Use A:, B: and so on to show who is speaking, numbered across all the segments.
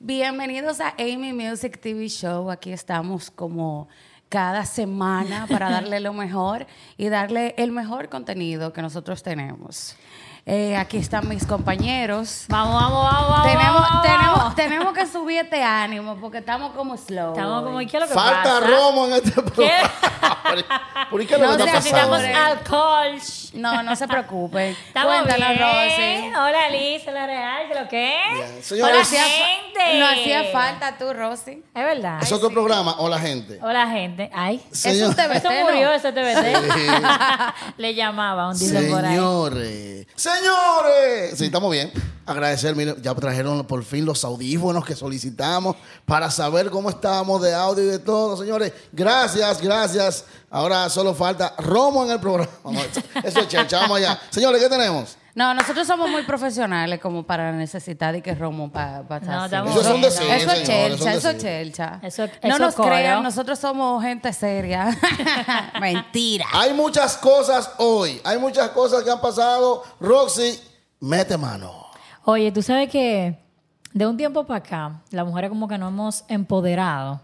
A: Bienvenidos a Amy Music TV Show. Aquí estamos como cada semana para darle lo mejor y darle el mejor contenido que nosotros tenemos. Eh, aquí están mis compañeros.
B: Vamos, vamos, vamos, vamos.
A: Tenemos,
B: vamos,
A: tenemos,
B: vamos.
A: tenemos que subir este ánimo porque estamos como slow.
B: Estamos como, ¿y ¿qué es lo que
C: Falta
B: pasa?
C: romo en este programa. ¿Por qué
A: No
C: lo
A: sé,
C: que está pasando?
B: Necesitamos
A: pasado.
B: alcohol.
A: No, no se preocupen.
B: Estamos
A: Cuéntanos,
B: bien.
A: Rosy.
B: Hola, Liz. Hola, Real. ¿Qué lo que
C: Bien.
B: es?
C: Señora,
B: Hola,
C: hacía
A: fa-
B: gente.
A: no hacía falta tú, Rosy.
B: Es verdad.
C: Es otro programa. Hola, gente.
B: Hola, gente. Ay.
C: Señor-
A: un TV,
B: Eso
A: ¿no?
B: murió, eso te Le llamaba un día por ahí.
C: Señores, señores, sí, estamos bien. Agradecer, miren, ya trajeron por fin los audífonos que solicitamos para saber cómo estábamos de audio y de todo, señores. Gracias, gracias. Ahora solo falta Romo en el programa. No, eso- Eso es chencha, vamos allá. Señores, ¿qué tenemos?
A: No, nosotros somos muy profesionales como para necesitar y que romo para
B: No, estamos
C: Eso es un decir,
A: Eso es
C: señores,
A: chelcha,
C: es
A: eso
C: un
A: es
C: decir.
A: chelcha.
B: Eso- eso
A: no nos
B: coro.
A: crean, nosotros somos gente seria. Mentira.
C: Hay muchas cosas hoy, hay muchas cosas que han pasado. Roxy, mete mano.
B: Oye, tú sabes que de un tiempo para acá, las mujeres como que nos hemos empoderado,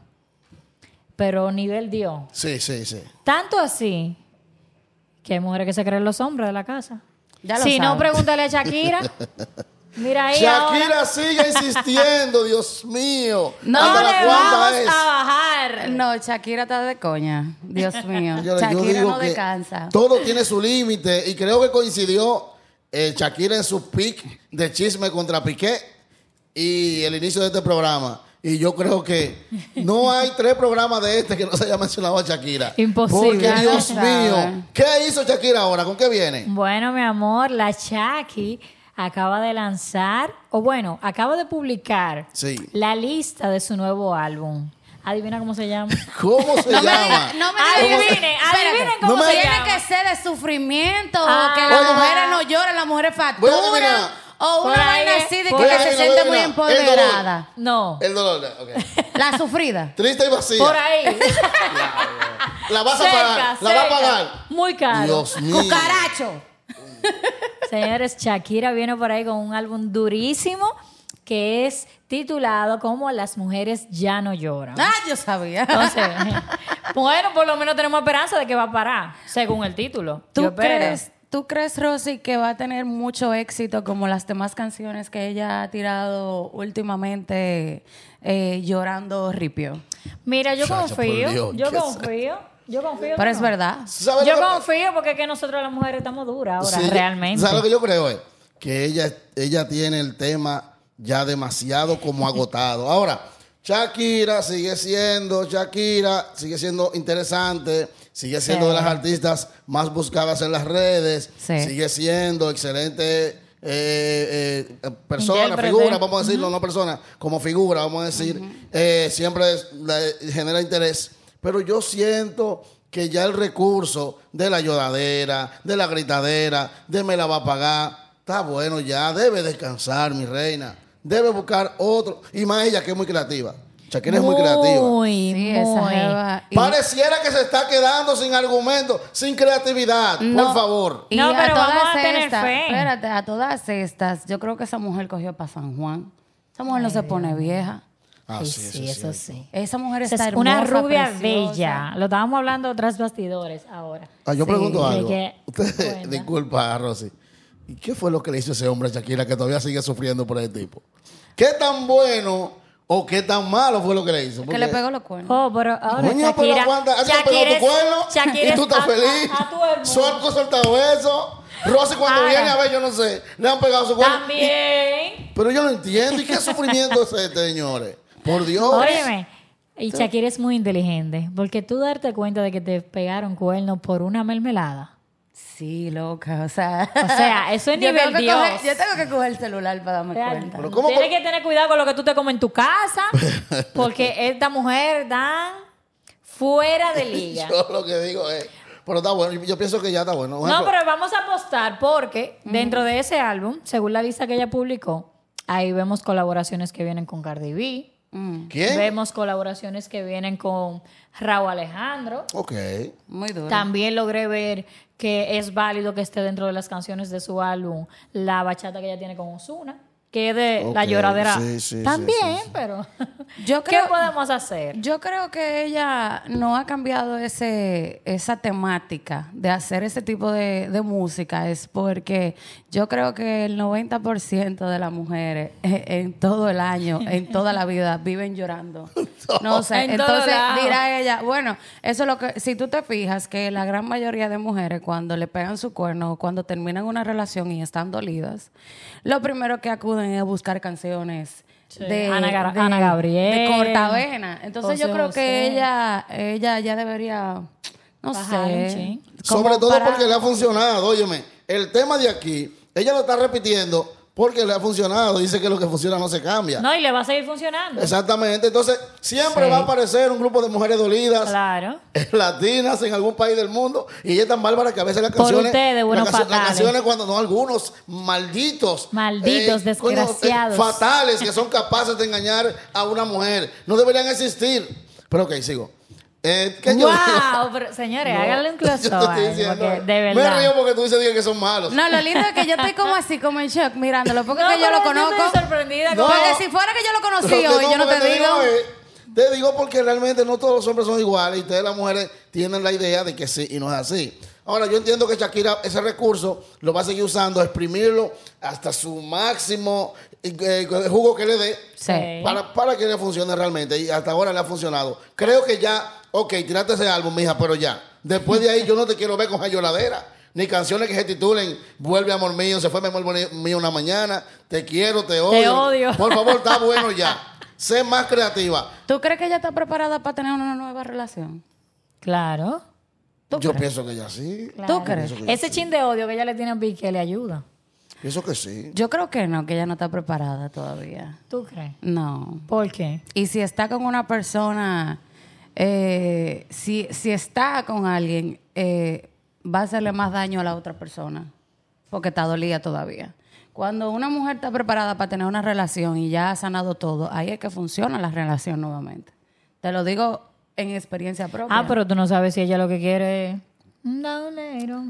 B: pero nivel Dios.
C: Sí, sí, sí.
B: Tanto así que hay mujeres que se creen los hombres de la casa.
A: Ya lo
B: si no,
A: saben.
B: pregúntale a Shakira. Mira ahí ahora.
C: Shakira sigue insistiendo, Dios mío.
A: No
B: No
C: ¿Hasta
A: la
B: le
C: cuándo
B: vamos
C: es?
B: a bajar.
A: No, Shakira está de coña. Dios mío.
C: Yo- yo
A: Shakira
C: digo
A: no
C: que
A: descansa.
C: Todo tiene su límite y creo que coincidió eh, Shakira en su pick de chisme contra Piqué y el inicio de este programa. Y yo creo que no hay tres programas de este que no se haya mencionado a Shakira.
B: Imposible.
C: Porque
B: Ya
A: lo
C: Dios
A: sabe.
C: mío, ¿qué hizo Shakira ahora? ¿Con qué viene?
B: Bueno, mi amor, la Shaki acaba de lanzar, o bueno, acaba de publicar
C: Sí.
B: la lista de su nuevo álbum. Adivina cómo se llama.
C: ¿Cómo se
A: No me
C: llama?
A: digas, no me digas.
B: adivinen, adivinen
A: Espérate.
B: cómo
C: No me-
B: se
A: Tiene
B: llama.
A: que ser de sufrimiento,
B: Ah.
A: o que las
C: Oye,
A: mujeres
C: ma-
A: no lloran, las mujeres
C: Voy a
A: facturan,
C: adivinar.
A: o
B: Por
A: una
B: ahí
A: vaina
B: es.
A: así de
B: Voy
A: que,
B: a
A: se
C: adivinar,
A: siente
C: voy
A: muy
C: a adivinar. El dolor.
A: empoderada.
B: No,
C: El dolor, ok.
A: La sufrida.
C: Triste y vacía.
B: por ahí.
C: La vas a
B: Cerca,
C: pagar. La vas a
B: cerca.
C: pagar.
B: Muy caro.
C: Dios mío.
A: Cucaracho.
B: Señores, Shakira viene por ahí con un álbum durísimo que es titulado Como las mujeres ya no lloran.
A: Ah, yo sabía.
B: Entonces, bueno, por lo menos tenemos esperanza de que va a parar, según el título. Yo
A: ¿Tú
B: espero.
A: crees, ¿Tú crees, Rosy, que va a tener mucho éxito como las demás canciones que ella ha tirado últimamente eh, llorando ripio?
B: Mira, yo
C: Chacho,
B: confío,
C: por Dios,
B: yo
C: ¿qué es
B: confío, yo confío.
A: Pero
B: que
A: es
B: no.
A: verdad.
C: ¿Sabes
B: Yo
C: lo que-
B: confío porque es que nosotros las mujeres estamos duras ahora,
C: Sí,
B: realmente.
C: ¿Sabes lo que yo creo? Es que ella, ella tiene el tema ya demasiado como agotado. Ahora, Shakira sigue siendo, Shakira sigue siendo interesante, sigue siendo
B: Sí.
C: de las artistas más buscadas en las redes,
A: Sí.
C: sigue siendo excelente. eh, eh, eh, persona,
B: Intérprete.
C: figura, vamos a decirlo, no persona, como figura, vamos a decir, eh, siempre es- la- genera interés, pero yo siento que ya el recurso de la lloradera, de la gritadera, de me la va a pagar, está bueno ya, debe descansar mi reina, debe buscar otro, y más ella que es muy creativa, Shakira es muy creativa.
B: Muy,
A: Sí, esa
B: muy.
A: jeva. Y-
C: Pareciera que se está quedando sin argumento, sin creatividad,
A: No.
C: por favor.
A: Y
B: No,
A: a
B: pero vamos
A: todas
B: a tener
A: estas-
B: fe.
A: Espérate, a todas estas, yo creo que esa mujer cogió para San Juan. Esa mujer no se pone vieja.
C: Ah,
B: Sí,
C: sí,
B: sí,
C: eso es
B: eso
C: cierto.
B: sí.
A: Esa mujer
B: Esa
A: está
B: es una
A: hermosa,
B: rubia
A: preciosa.
B: bella. Lo estábamos hablando tras bastidores ahora.
C: Ah, yo pregunto
B: de
C: algo.
B: que-
C: Usted-
B: Cuenta.
C: disculpa, Rosy. ¿Y qué fue lo que le hizo ese hombre a Shakira que todavía sigue sufriendo por ese tipo? ¿Qué tan bueno o qué tan malo fue lo que le hizo?
A: Que le pegó los cuernos.
B: Oh, pero ahora
C: Coño, pero
B: Shakira,
C: aguanta, a ti te
B: Shakira
C: pegó tu
B: es-
C: cuerno
B: Shakira
C: y tú
B: es
C: estás
B: a-
C: feliz.
B: A, a tu hermano.
C: Suelco soltado eso. Rosy cuando
B: Ahora.
C: viene a ver, yo no sé, le han pegado su
B: Ah.
C: cuerno.
B: También.
C: Pero yo no entiendo. ¿Y qué sufrimiento es este, señores? Por Dios.
B: Óyeme. Y Shakira es muy inteligente, porque tú darte cuenta de que te pegaron cuernos por una mermelada.
A: Sí, loca, o sea.
B: O sea, eso es
A: yo
B: nivel
A: tengo que
B: Dios.
A: coger- yo tengo que coger el celular para darme
B: Real.
A: cuenta.
C: Pero ¿cómo
B: Tienes
C: por-
B: que tener cuidado con lo que tú te comes en tu casa, porque esta mujer da fuera de liga.
C: Yo lo que digo es. Pero está bueno. Yo pienso que ya está bueno. Un
B: No,
C: ejemplo,
B: pero vamos a apostar porque dentro de ese álbum, según la lista que ella publicó, ahí vemos colaboraciones que vienen con Cardi B,
A: Mm,
C: ¿Quién?
B: vemos colaboraciones que vienen con Raúl Alejandro.
C: Ok.
A: Muy duro.
B: También logré ver que es válido que esté dentro de las canciones de su álbum la bachata que ella tiene con Osuna. que es de la
C: Ok,
B: lloradera.
C: sí, sí, sí,
B: También,
C: sí, sí.
B: pero
A: Yo
B: ¿qué
A: creo-
B: podemos hacer?
A: Yo creo que ella no ha cambiado ese, esa temática de hacer ese tipo de, de música. Es porque yo creo que el 90% de las mujeres eh, en todo el año, en toda la vida, viven llorando. No sé.
B: En todo
A: Entonces
B: lado.
A: dirá ella, bueno, eso es lo que, si tú te fijas que la gran mayoría de mujeres cuando le pegan su cuerno o cuando terminan una relación y están dolidas, lo primero que acuden es a buscar canciones.
B: Sí.
A: De,
B: Ana Gar-
A: de-
B: Ana Gabriel.
A: De cortavena. Entonces
B: José
A: yo creo
B: José.
A: que ella, ella ya debería, no
B: Bajar un
A: sé.
B: chin.
A: como
C: Sobre todo
A: para-
C: porque le ha funcionado, óyeme, el tema de aquí, ella lo está repitiendo porque le ha funcionado, dice que lo que funciona no se cambia.
B: No, y le va a seguir funcionando.
C: Exactamente, entonces siempre
A: Sí.
C: va a aparecer un grupo de mujeres dolidas.
B: Claro.
C: latinas en algún país del mundo y ella es tan bárbara que a veces las
B: Por
C: canciones
B: ustedes, buenos
C: las, cancio- las
B: fatales.
C: canciones cuando no algunos malditos eh,
B: Malditos,
C: coño,
B: desgraciados.
C: fatales que son capaces de engañar a una mujer no deberían existir pero ok sigo eh, ¿qué yo digo?
B: Wow, Ah, pero, señores, háganle un
C: Yo te
B: close
C: estoy
B: up a él,
C: diciendo,
B: porque de
C: me río
B: verdad.
C: porque tú dices diga, que son malos
A: No, lo lindo es que yo estoy como así, como en shock, mirándolo, porque
B: No,
A: que yo
B: pero
A: lo
B: estoy
A: conozco.
B: sorprendida.
C: No.
A: Porque si fuera que yo lo
C: Lo
A: conocí
C: que
A: hoy,
C: no,
A: yo no
C: porque
A: te digo.
C: es- te digo porque realmente no todos los hombres son iguales y ustedes las mujeres tienen la idea de que sí y no es así. Ahora, yo entiendo que Shakira ese recurso lo va a seguir usando, exprimirlo hasta su máximo eh, jugo que le dé
A: Sí.
C: para, para que le funcione realmente. Y hasta ahora le ha funcionado. Creo que ya, ok, tiraste ese álbum, mija, pero ya. Después de ahí yo no te quiero ver con esa lloradera. Ni canciones que se titulen Vuelve amor mío, se fue mi amor boni- mío una mañana, te quiero, te odio.
B: odio.
C: Por favor, está bueno ya. Sé más creativa.
A: ¿Tú crees que ella está preparada para tener una nueva relación?
B: Claro.
A: ¿Tú
C: Yo
A: crees?
C: pienso que ya sí.
A: ¿Tú crees?
C: pienso que
B: Ese chin de odio que ella le tiene a Vicky le ayuda.
C: Pienso que sí.
A: Yo creo que no, que ella no está preparada todavía.
B: ¿Tú crees?
A: No.
B: ¿Por qué?
A: Y si está con una persona, eh, si, si está con alguien, eh, va a hacerle más daño a la otra persona, porque está dolida todavía. Cuando una mujer está preparada para tener una relación y ya ha sanado todo, ahí es que funciona la relación nuevamente. Te lo digo en experiencia propia.
B: Ah, pero tú no sabes si ella lo que quiere es un downero.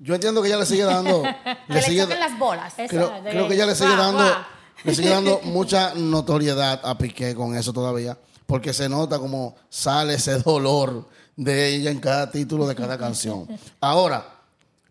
C: Yo entiendo que ella le sigue dando. le sigue
A: choquen las bolas.
C: creo,
B: Esa, de-
C: creo que ya le sigue
B: Guau,
C: dando
B: guau.
C: le sigue dando mucha notoriedad a Piqué con eso todavía porque se nota como sale ese dolor de ella en cada título de cada canción ahora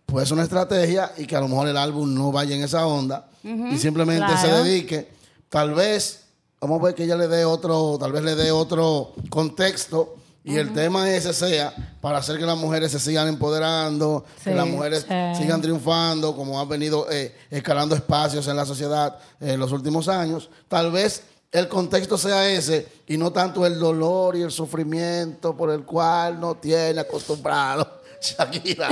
C: pues es una estrategia y que a lo mejor el álbum no vaya en esa onda y simplemente
B: claro.
C: se dedique tal vez vamos a ver que ella le dé otro tal vez le dé otro contexto y el tema ese sea para hacer que las mujeres se sigan empoderando, que
A: Sí,
C: las mujeres
B: sí.
C: sigan triunfando, como han venido eh, escalando espacios en la sociedad eh, en los últimos años, tal vez el contexto sea ese y no tanto el dolor y el sufrimiento por el cual no tiene acostumbrado Shakira.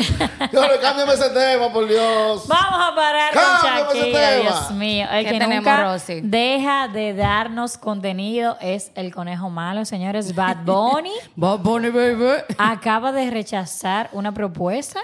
C: Pero cámbiame ese tema, por Dios.
B: Vamos a parar
C: Cámbiame
B: con
C: ese
B: Shakira,
C: tema.
B: Dios mío. El
A: ¿Qué
B: que
A: tenemos,
B: nunca
A: Rosy?
B: deja de darnos contenido es el conejo malo, señores. Bad Bunny
A: Bad Bunny, baby.
B: acaba de rechazar una propuesta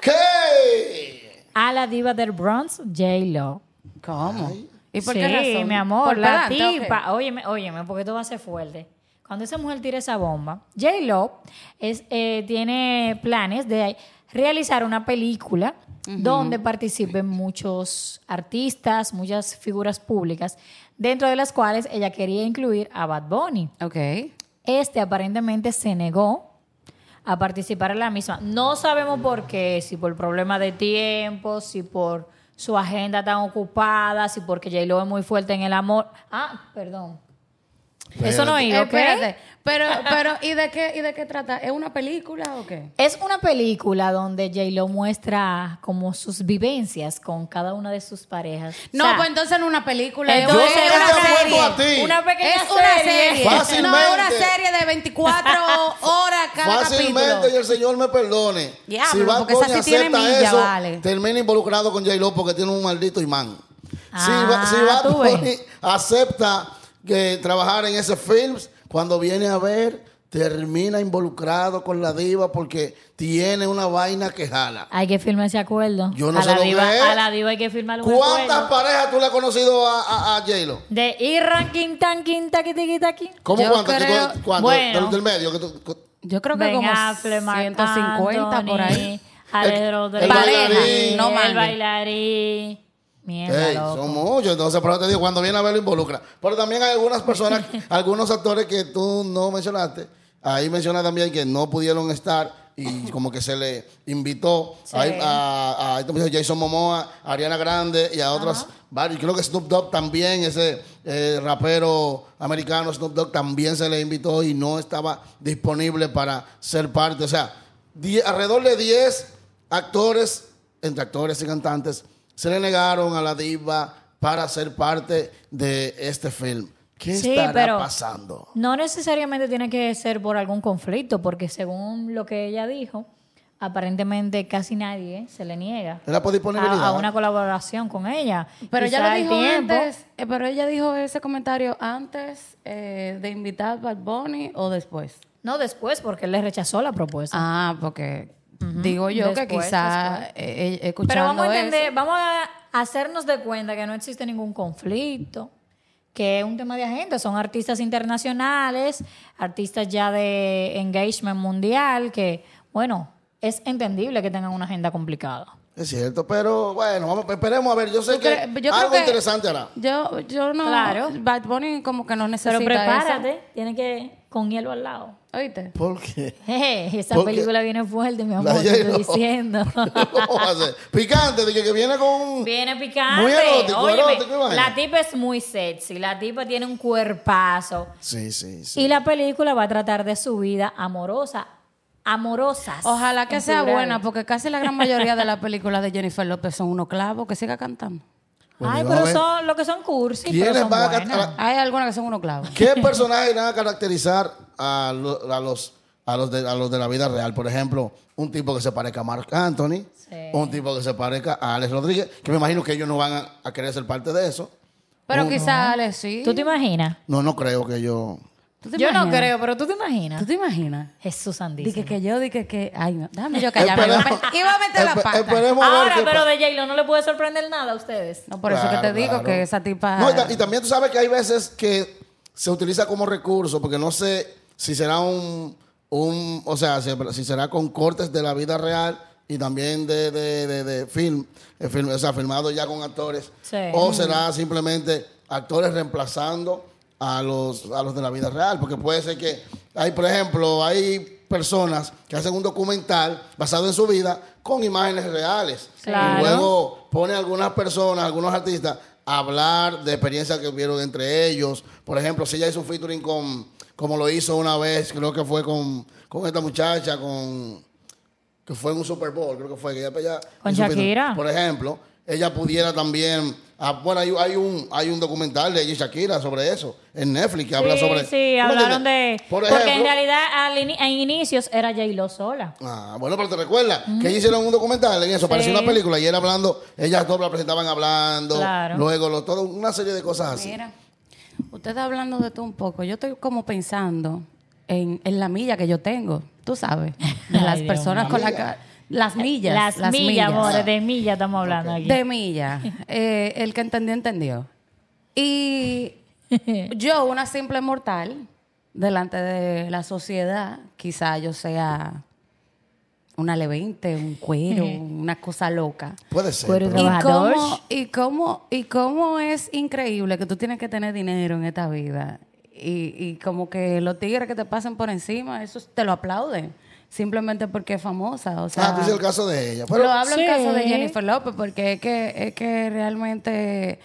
C: ¿Qué?
B: a la diva del Bronx, J-Lo.
A: ¿Cómo? ¿Y por
B: sí,
A: qué razón?
B: mi amor,
A: ¿Por
B: la
A: pedante, o qué?
B: tipa. Óyeme, óyeme, porque esto va a ser fuerte. Cuando esa mujer tire esa bomba, J-Lo es, eh, tiene planes de realizar una película donde participen muchos artistas, muchas figuras públicas, dentro de las cuales ella quería incluir a Bad Bunny.
A: Ok.
B: Este aparentemente se negó a participar en la misma. No sabemos por qué, si por problema de tiempo, si por su agenda tan ocupada, si porque J-Lo es muy fuerte en el amor. Ah, perdón. Eso no es,
A: Eh, Espérate.
B: ¿ok?
A: Pero, pero, ¿y de qué, y de qué trata? ¿Es una película o qué?
B: Es una película donde J-Lo muestra como sus vivencias con cada una de sus parejas.
A: No,
B: O sea,
A: pues entonces no es una película. es
B: entonces
A: una-
C: Yo
B: era
C: nunca
B: una
C: vuelvo
B: serie.
C: a ti.
B: Una pequeña
A: es una serie.
C: Fácilmente.
A: No, es una serie de 24 horas cada
C: Fácilmente y
A: capítulo.
C: el Señor me perdone.
A: Diablo,
C: si Bad
A: porque esa
C: Bunny
A: sí tiene
C: acepta
A: milla,
C: eso,
A: vale.
C: termina involucrado con J-Lo porque tiene un maldito imán. si,
B: Ah,
C: Ba- si Bad
B: tú ves.
C: Bunny acepta que trabajar en ese film, cuando viene a ver, termina involucrado con la diva porque tiene una vaina que jala.
B: Hay que firmar ese acuerdo.
C: Yo no
B: a
C: sé
B: la
C: lo
B: diva,
C: que es.
B: A la diva hay que firmar un
C: ¿Cuántas
B: acuerdo.
C: parejas tú le has conocido a, a, a J-Lo?
B: De Irran, Quintan, Quinta, Quinta,
C: ¿Cómo
A: Yo
C: cuántas?
A: creo-
C: ¿Cuántas? ¿Cuántas?
B: Bueno.
C: Del, del medio. que tú- cu-
A: Yo creo que
B: Ben
A: como
B: Affleck, Marc
A: 150 por ahí.
B: Anthony, Alejandro
C: El- el
B: Rodríguez,
A: bailarín, no
B: el
A: mangue.
B: bailarín. Mierda,
C: Ey,
B: loco.
C: son muchos. Entonces, por eso te digo, cuando viene a ver, lo involucra. Pero también hay algunas personas, algunos actores que tú no mencionaste. Ahí menciona también que no pudieron estar y como que se le invitó
B: Sí.
C: a, a- a estos muchachos, Jason Momoa, a Ariana Grande y a otros varios. Creo que Snoop Dogg también, ese eh, rapero americano Snoop Dogg también se le invitó y no estaba disponible para ser parte. O sea, die- alrededor de 10 actores, entre actores y cantantes, se le negaron a la diva para ser parte de este film. ¿Qué
B: Sí,
C: estará
B: pero-
C: pasando?
B: No necesariamente tiene que ser por algún conflicto, porque según lo que ella dijo, aparentemente casi nadie se le niega
C: Era por disponibilidad.
B: a, a una colaboración con ella.
A: Pero
B: Quizá
A: ella lo
B: el
A: dijo
B: tiempo-
A: antes, eh, pero ella dijo ese comentario antes eh, de invitar a Bad Bunny o después.
B: No, después, porque él le rechazó la propuesta.
A: Ah, porque digo yo que
B: Después,
A: quizá eh, eh, escuchando
B: Pero vamos a entender,
A: eso-
B: vamos a hacernos de cuenta que no existe ningún conflicto, que es un tema de agenda, son artistas internacionales, artistas ya de engagement mundial, que bueno, es entendible que tengan una agenda complicada.
C: Es cierto, pero bueno, vamos, esperemos a ver. Yo sé
A: Yo
C: que
A: creo- yo creo
C: algo
A: que-
C: interesante hará.
A: Yo, yo no.
B: Claro.
A: Bad Bunny como que no necesita
B: Pero prepárate, tiene que con hielo al lado.
A: eso. ¿Oíste?
C: ¿Por qué?
B: Jeje, esa
C: Porque-
B: película viene fuerte, mi
C: La
B: amor, te
C: J-Lo.
B: estoy diciendo.
C: ¿Cómo va a ser? Picante, dije que viene con.
B: Viene picante.
C: Muy erótico,
B: Óyeme,
C: erótico y vaina.
B: la tipa es muy sexy, la tipa tiene un cuerpazo.
C: Sí, sí, sí.
B: Y la película va a tratar de su vida amorosa. Amorosas.
A: Ojalá que
B: en
A: sea
B: plural.
A: buena, porque casi la gran mayoría de las películas de Jennifer López son unos clavos que siga cantando.
C: Bueno,
B: Ay,
C: y vamos a
B: pero
C: ver.
B: son lo que son cursis. Pero
C: ¿Quiénes
B: son
C: van a
B: buenas.
C: cantar?
A: Hay algunas que son unos clavos.
C: ¿Qué personajes irán a caracterizar a, lo- a los, a, los de, a los de la vida real? Por ejemplo, un tipo que se parezca a Mark Anthony,
B: Sí.
C: un tipo que se parezca a Alex Rodríguez, que me imagino que ellos no van a, a querer ser parte de eso.
A: Pero quizá Alex sí.
B: ¿Tú te imaginas?
C: No, no creo que yo.
A: ¿Tú te
B: Yo no
A: imaginas?
B: creo, pero tú te imaginas.
A: ¿Tú te imaginas?
B: Jesús
A: Dije
B: santísimo.
A: que yo, dije que. Ay, no, déjame yo callarme. Iba a
C: Esperemos-
A: met- Iba a meter la
C: espe-
A: pata.
C: Esperemos a ver
B: Ahora,
C: qué
B: pero
C: pa-
B: de J-Lo no le puede sorprender nada a ustedes.
A: No, por eso que
C: Claro,
A: te digo
C: claro.
A: que esa tipa.
C: No, y, ta- y también tú sabes que hay veces que se utiliza como recurso, porque no sé si será un. un o sea, si, si será con cortes de la vida real y también de, de, de- de film, eh, film, o sea, filmado ya con actores.
B: Sí.
C: O será simplemente actores reemplazando a los, a los de la vida real, porque puede ser que hay, por ejemplo, hay personas que hacen un documental basado en su vida con imágenes reales.
B: Claro.
C: Y luego luego pone a algunas personas, a algunos artistas, a hablar de experiencias que vieron entre ellos. Por ejemplo, si ella hizo un featuring con, como lo hizo una vez, creo que fue con, con esta muchacha, con que fue en un Super Bowl, creo que fue. Que ella, ella
B: Con
C: hizo un featuring.
B: Shakira.
C: Por ejemplo, ella pudiera también. ah, bueno, hay, hay un, hay un documental de ella y Shakira sobre eso, en Netflix, que habla
B: sí,
C: sobre. ¿tú
B: sí,
C: me
B: hablaron de...
C: entiendes? Por
B: porque en
C: ejemplo-
B: realidad al ini- en inicios era J-Lo sola.
C: Ah, bueno, pero te recuerdas que
A: Mm.
C: ellos hicieron un documental en eso, parecía una película y era hablando, ellas dos la presentaban hablando,
B: Claro.
C: luego lo- todo, una serie de cosas así.
A: Mira, usted está hablando de todo un poco. Yo estoy como pensando en, en la milla que yo tengo, tú sabes, de
B: Ay,
A: las
B: Dios Eh,
A: personas
C: mío.
A: con las que. Las millas.
B: Las, millas, amores, de millas estamos hablando aquí.
A: De milla. Eh, el que entendió, entendió. Y
B: Eh.
A: yo, una simple mortal, delante de la sociedad, quizá yo sea una levente, un cuero, una cosa loca.
C: Puede ser.
B: Cuero
C: pero-
B: de-
A: Y
B: Trabajador.
A: cómo, y, cómo, y cómo es increíble que tú tienes que tener dinero en esta vida. Y, y como que los tigres que te pasan por encima, eso te lo aplauden. Simplemente porque es famosa. O sea,
C: Ah, tú dices el caso de ella.
A: lo
C: Pero,
A: hablo en
B: Sí.
A: caso de Jennifer López porque es que, es que realmente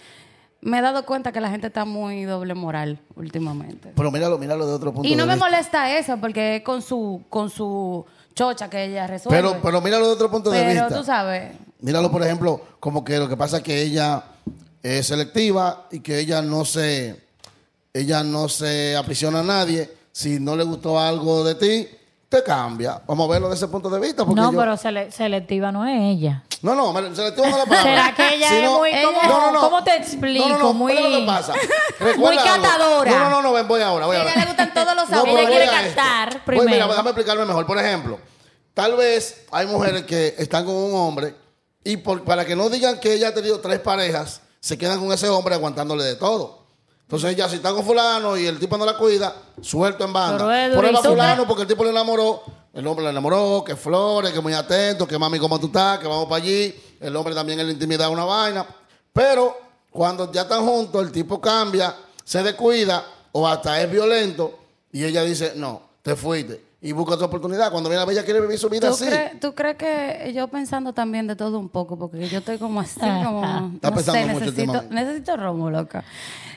A: me he dado cuenta que la gente está muy doble moral últimamente.
C: pero míralo, míralo de otro punto
A: Y no
C: de
A: me
C: vista.
A: molesta eso porque es con su, con su chocha que ella resuelve.
C: Pero, pero míralo de otro punto de
A: Pero
C: vista.
A: tú sabes.
C: Míralo, por ejemplo, como que lo que pasa es que ella es selectiva y que ella no se, ella no se aprisiona a nadie. Si no le gustó algo de ti, te cambia. Vamos a verlo desde ese punto de vista. Porque
B: No,
C: yo-
B: pero sele- selectiva no es ella.
C: No, no, me- selectiva no la palabra.
B: ¿Será que ella es muy como- cómo te explico?
C: No, no, no,
B: Muy-
C: mira lo que pasa.
B: Muy
C: Recuerda algo.
B: catadora.
C: No, no, no, no, ven, voy ahora, voy
A: A
C: ahora.
A: ella le gustan todos los
B: No,
A: sabores.
B: pero-
C: voy
B: quiere
C: a esto.
B: cantar
C: Voy,
B: primero.
C: mira, déjame explicarme mejor. Por ejemplo, tal vez hay mujeres que están con un hombre y por- para que no digan que ella ha tenido tres parejas, se quedan con ese hombre aguantándole de todo. Entonces ella, si está con fulano y el tipo no la cuida, suelto en banda.
B: Pero es
C: Prueba a
B: durísimo.
C: fulano porque el tipo le enamoró. El hombre le enamoró, que flores, que muy atento, que mami, como tú estás, que vamos para allí. El hombre también en la intimidad una vaina. Pero cuando ya están juntos, el tipo cambia, se descuida o hasta es violento y ella dice, no, te fuiste y busca otra oportunidad. Cuando viene a ver, ella quiere vivir su vida
A: ¿Tú,
C: así.
A: crees- tú crees que yo pensando también de todo un poco? Porque yo estoy como así, como.
C: Está
A: no
C: pensando
A: sé,
C: mucho
A: necesito,
C: últimamente.
A: necesito romo, loca.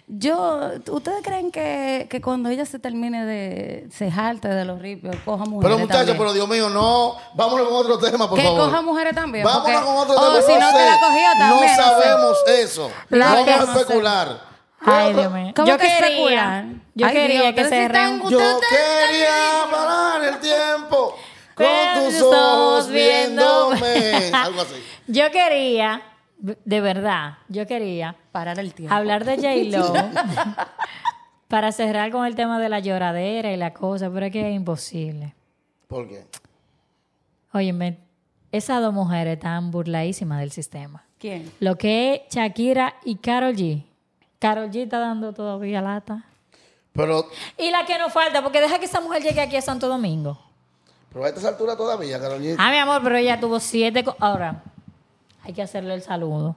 A: Yo, ¿ustedes creen que, que cuando ella se termine de. se jalte de los ripios, coja mujeres?
C: Pero muchachos,
A: también?
C: pero Dios mío, no. Vámonos con otro tema, por
A: Que
C: favor.
A: coja mujeres también,
C: Vámonos
A: porque-
C: con otro
A: o
C: tema.
A: si no te la cogió también,
C: No
A: no sé.
C: sabemos eso.
B: La
C: no
B: que-
C: vamos a especular.
B: Ay, Dios mío.
A: ¿Cómo
B: yo
A: que
B: quería,
A: especulan?
B: Yo
A: Ay,
B: quería
A: Dios,
B: que
A: ustedes
B: se
A: están
B: reúnan.
A: Ustedes
C: Yo
A: están
C: quería parar el tiempo con
B: Con
C: tus ojos viéndome.
B: viéndome.
C: Algo así.
B: Yo quería, de verdad, yo quería
A: Parar el tiempo.
B: hablar de J-Lo para cerrar con el tema de la lloradera y la cosa, pero es que es imposible.
C: ¿Por qué?
B: Óyeme, esas dos mujeres están burladísimas del sistema.
A: ¿Quién?
B: Lo que es Shakira y Carol G. Carol G está dando todavía lata.
C: Pero,
B: Y la que nos falta, porque deja que esa mujer llegue aquí a Santo Domingo.
C: pero a estas alturas todavía, Carolina.
B: Ah, mi amor, pero ella tuvo siete. co- Ahora, hay que hacerle el saludo.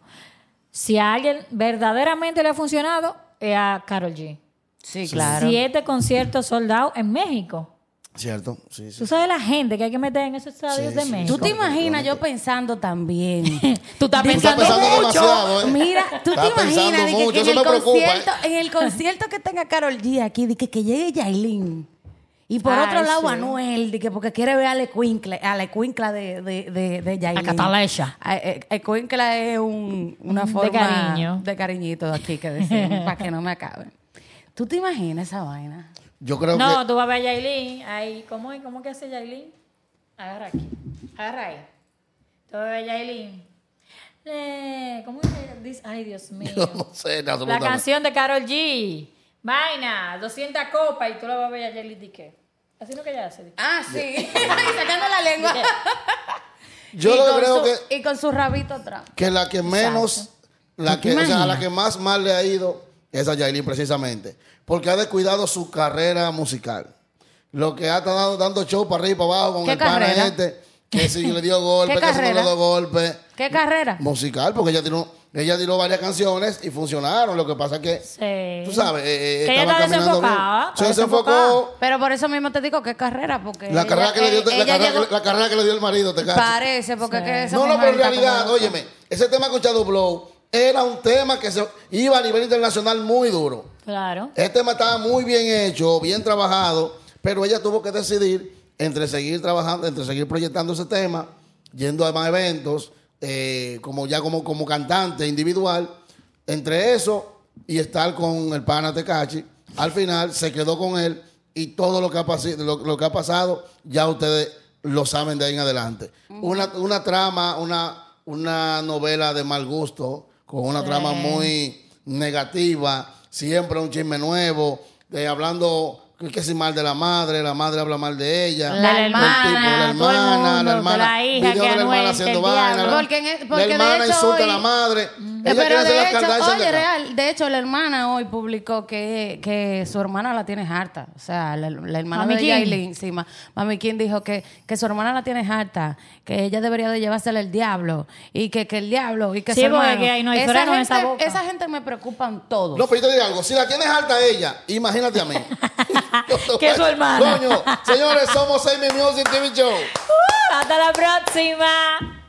B: Si a alguien verdaderamente le ha funcionado, es a Carol G.
A: Sí, claro.
B: Siete conciertos soldados en México.
C: Cierto, sí, sí.
B: Tú sabes la gente que hay que meter en esos estadios
C: Sí,
B: de
C: sí,
B: México.
A: Tú te imaginas yo pensando también.
B: Tú estás
C: Tú estás
B: pensando,
C: pensando demasiado, ¿eh?
A: Mira, tú te
C: Estás
A: imaginas
C: pensando
A: de que,
C: mucho,
A: que en,
C: eso
A: el
C: me preocupa, eh?
A: concierto, en el concierto que tenga Carol G aquí, de que, que llegue Yailin. Y por
B: Ay,
A: otro lado,
B: sí.
A: Anuel, de que porque quiere ver a la escuincla, a la escuincla de, de, de, de Yailin.
B: A Cataleya.
A: A- e- Escuincla es un- una
B: De
A: forma
B: cariño.
A: de cariñito aquí que decimos, para que no me acaben. ¿Tú te imaginas esa vaina?
C: Yo creo
B: No,
C: que.
B: tú vas a ver a Yailin. Ahí, ¿cómo, es? ¿Cómo que hace Yailin? Agarra aquí. Agarra ahí. Tú vas a ver a Yailin. Le- ¿Cómo es que dice? Ay, Dios mío.
C: Yo no sé, en
B: La
C: absolutamente.
B: canción de Carol G. Vaina, 200 copas y tú la vas a ver a Yailin Dique. Así es lo que ella hace. dique.
A: Ah, sí. sacando la lengua.
C: Yo
A: Y
C: lo
A: con
C: que creo
A: su-
C: que.
A: Y con su rabito atrás.
C: que la que menos, la que, o sea, a la que más mal le ha ido es a Yailin precisamente, porque ha descuidado su carrera musical. Lo que ha estado dando show para arriba y para abajo con
A: ¿Qué
C: el pana
A: carrera?
C: este, que si le dio golpe,
A: ¿Qué
C: que si no le
A: carrera?
C: dio golpe.
A: ¿Qué carrera?
C: Musical, porque ella tiró, ella tiró varias canciones y funcionaron. Lo que pasa es que,
B: Sí.
C: tú sabes, eh, eh,
B: Que ella
C: estaba
B: está
C: caminando bien.
B: desenfocada, está
C: Se desenfocó.
B: desenfocada.
A: Pero por eso mismo te digo que carrera, porque.
C: La
A: ella-
C: carrera, que le dio,
A: eh,
C: la,
A: ella
C: carrera
A: llegó-
C: que- la carrera que le dio el marido, te cacho.
A: Parece, porque es que esa
C: No, no,
A: mujer
C: pero en
A: está como
C: realidad,
A: loca.
C: óyeme, ese tema con Shadow Blow era un tema que se iba a nivel internacional muy duro.
B: Claro.
C: El Este tema estaba muy bien hecho, bien trabajado, pero ella tuvo que decidir entre seguir trabajando, entre seguir proyectando ese tema, yendo a más eventos, eh, como ya como, como cantante individual, entre eso y estar con el pana Tecachi, al final se quedó con él y todo lo que ha, pasi- lo, lo que ha pasado ya ustedes lo saben de ahí en adelante. una, una trama, una, una novela de mal gusto, con una trama muy negativa, siempre un chisme nuevo, de hablando que si mal de la madre, la madre habla mal de ella,
B: La
C: del
B: hermana, todo el mundo,
C: la
B: de
C: hermana,
B: la hija
C: video
B: que
C: de la
B: Anuel,
C: hermana
B: que
C: haciendo
B: el
C: vaina,
B: diablo. e-,
C: la-
A: Porque en el-
C: la
A: porque de
C: hermana
A: hecho
C: insulta a
A: hoy-
C: la madre,
B: Mm,
C: ella quiere
A: pero
C: hacer
A: de
C: las
A: hecho,
C: Kardashian de
A: oye,
C: acá.
A: real, de hecho, la hermana hoy publicó que, que su hermana la tiene harta. O sea, la, la hermana
B: Mami
A: de
B: Kim.
A: Yailin, encima. Mami Kim dijo que, que su hermana la tiene harta, que ella debería de llevársela el diablo, y que, que el diablo, y que
B: Sí,
A: su
B: porque
A: hermano.
B: que ahí no hay
A: esa,
B: freno
A: gente,
B: en esa boca.
A: esa gente me preocupan todos.
C: No, pero yo te digo algo. Si la tienes alta ella, imagínate a mí.
B: Que es su hermana.
C: Coño, señores, somos Amy Music TV Show.
B: Hasta la próxima.